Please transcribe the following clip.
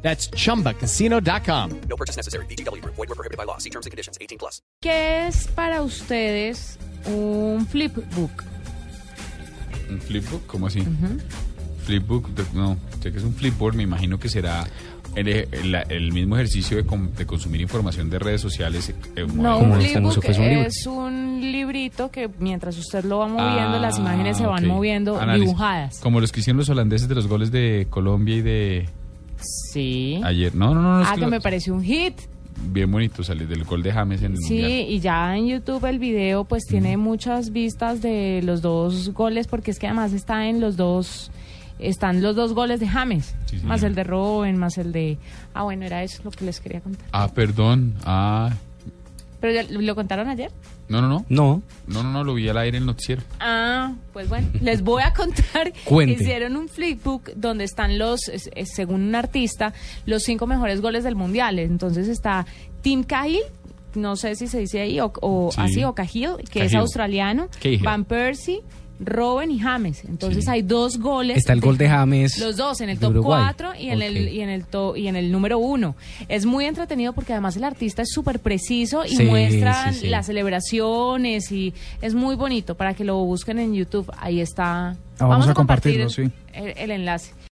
That's chumbacasino.com. No purchase necessary. BGW. Void were prohibited by law. See terms and conditions. 18 plus. ¿Qué es para ustedes un flipbook? ¿Un flipbook? ¿Cóok? ¿Cómo así? Flipbook, de- no, sé que es un flipboard, me imagino que será el, e- el- el mismo ejercicio de, com- de consumir información de redes sociales. eh, No, moderno. un este museo flipbook que es un libro. es un librito que mientras usted lo va moviendo, Ah, las imágenes se van ok. moviendo Análisis. dibujadas. Como los que hicieron los holandeses de los goles de Colombia y de Sí. ayer. No, no, no. no es Ah, que que lo- me pareció un hit. Bien bonito salir del gol de James en el Sí, Mundial. y ya en YouTube el video pues tiene muchas vistas de los dos goles porque es que además está en los dos están los dos goles de James, Sí, más señor. el de Robin, más el de Ah, bueno, era eso lo que les quería contar. Ah, perdón. Ah, Pero ya lo contaron ayer. no, no, no. No. No, no, no, lo vi al aire en el noticiero. Ah, pues bueno, les voy a contar. Cuente. Hicieron un flipbook donde están los, es- es- según un artista, los cinco mejores goles del mundial. Entonces está Tim Cahill, no sé si se dice ahí o, o Sí. así, o Cahill, que es Cahill. australiano, Cahill. Van Persie, Robin y James. Entonces Sí. hay dos goles. Está el gol de James Los dos en el de top Uruguay. 4 y en el Ok. y en el to- y en el número uno. Es muy entretenido porque además el artista es súper preciso y Sí, muestra sí, sí. las celebraciones y es muy bonito para que lo busquen en YouTube. Ahí está. Ah, vamos a compartir compartirlo, sí. el, el enlace.